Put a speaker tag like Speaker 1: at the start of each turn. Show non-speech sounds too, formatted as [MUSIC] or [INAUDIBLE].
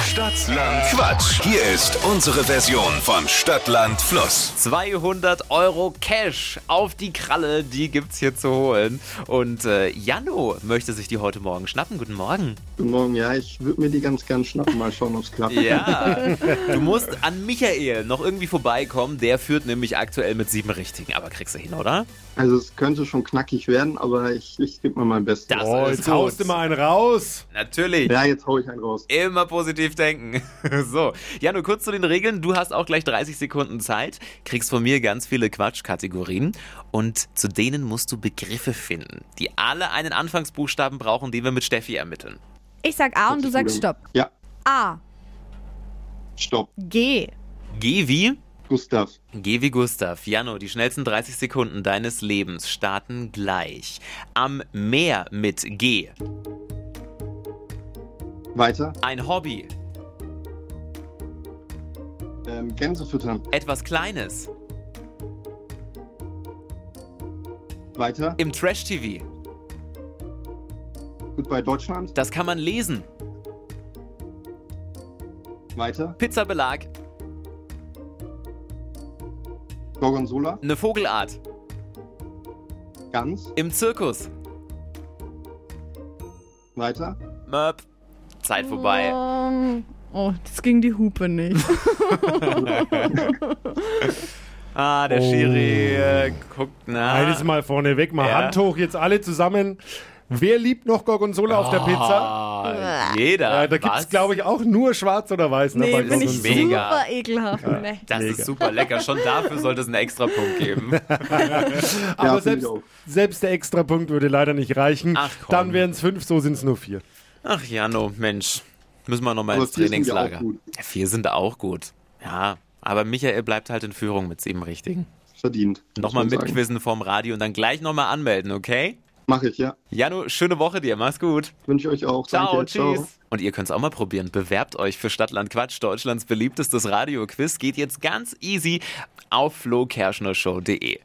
Speaker 1: Stadtland Quatsch. Hier ist unsere Version von Stadtland Fluss.
Speaker 2: 200 Euro Cash auf die Kralle, die gibt's hier zu holen. Und äh, Jano möchte sich die heute Morgen schnappen. Guten Morgen.
Speaker 3: Guten Morgen, ja, ich würde mir die ganz gern schnappen, mal schauen, ob es klappt.
Speaker 2: Ja, du musst an Michael noch irgendwie vorbeikommen. Der führt nämlich aktuell mit sieben Richtigen. Aber kriegst du hin, oder?
Speaker 3: Also es könnte schon knackig werden, aber ich, ich gebe mal mein Bestes.
Speaker 2: Das
Speaker 4: Oh,
Speaker 2: ist
Speaker 4: jetzt haust
Speaker 2: gut.
Speaker 4: du mal einen raus.
Speaker 2: Natürlich.
Speaker 3: Ja, jetzt hau ich einen raus.
Speaker 2: Immer positiv denken. [LAUGHS] So, Janu, kurz zu den Regeln. Du hast auch gleich 30 Sekunden Zeit, kriegst von mir ganz viele Quatschkategorien und zu denen musst du Begriffe finden, die alle einen Anfangsbuchstaben brauchen, den wir mit Steffi ermitteln.
Speaker 5: Ich sag A und du sagst Stopp.
Speaker 3: Ja,
Speaker 5: A.
Speaker 3: stopp.
Speaker 5: G.
Speaker 2: Geh wie?
Speaker 3: Gustav,
Speaker 2: Geh wie Gustav. Jano, die schnellsten 30 Sekunden deines Lebens starten gleich. Am Meer mit G.
Speaker 3: weiter.
Speaker 2: Ein Hobby.
Speaker 3: Ähm, Gänse füttern,
Speaker 2: Etwas Kleines.
Speaker 3: weiter.
Speaker 2: Im Trash-TV.
Speaker 3: Gut bei Deutschland,
Speaker 2: Das kann man lesen.
Speaker 3: weiter.
Speaker 2: Pizzabelag.
Speaker 3: Gorgonzola,
Speaker 2: Eine Vogelart.
Speaker 3: Gans,
Speaker 2: Im Zirkus.
Speaker 3: weiter.
Speaker 2: Möp. Zeit vorbei.
Speaker 5: Ähm, Oh, das ging die Hupe nicht.
Speaker 2: Ah, der
Speaker 4: Oh.
Speaker 2: Schiri äh, guckt nach.
Speaker 4: Eines Mal vorne weg, mal
Speaker 2: Ah. Ja.
Speaker 4: Hand hoch, jetzt alle zusammen. Wer liebt noch Gorgonzola auf der Pizza?
Speaker 2: Ah, jeder.
Speaker 4: Äh, da gibt
Speaker 2: Was?
Speaker 4: es, glaube ich, auch nur schwarz oder weiß. Ne,
Speaker 5: Nee,
Speaker 4: bei
Speaker 5: bin ich
Speaker 4: Gorgonzola.
Speaker 2: mega.
Speaker 5: super ekelhaft. Nee.
Speaker 2: Das
Speaker 4: Mega.
Speaker 2: ist super lecker. Schon dafür sollte es einen Extrapunkt geben.
Speaker 4: Aber
Speaker 3: Ja, finde ich
Speaker 4: selbst,
Speaker 3: auch.
Speaker 4: selbst der Extrapunkt würde leider nicht reichen.
Speaker 2: Ach, komm.
Speaker 4: Dann wären es fünf, so sind es nur vier.
Speaker 2: Ach, Jano, Mensch. Müssen wir nochmal
Speaker 3: Aber
Speaker 2: ins
Speaker 3: vier sind ja auch
Speaker 2: Trainingslager.
Speaker 3: gut.
Speaker 2: Ja, vier sind auch gut. Ja, aber Michael bleibt halt in Führung mit sieben richtigen.
Speaker 3: Verdient. muss
Speaker 2: Nochmal
Speaker 3: man sagen.
Speaker 2: mitquizzen vorm Radio und dann gleich nochmal anmelden, okay?
Speaker 3: Mach ich, ja.
Speaker 2: Jano, schöne Woche dir. Mach's gut.
Speaker 3: Wünsche ich euch auch.
Speaker 2: Ciao,
Speaker 3: Danke.
Speaker 2: tschüss. Und ihr könnt's auch mal probieren. Bewerbt euch für Stadtland Quatsch, Deutschlands beliebtestes Radioquiz. Geht jetzt ganz easy auf flokerschnershow.de.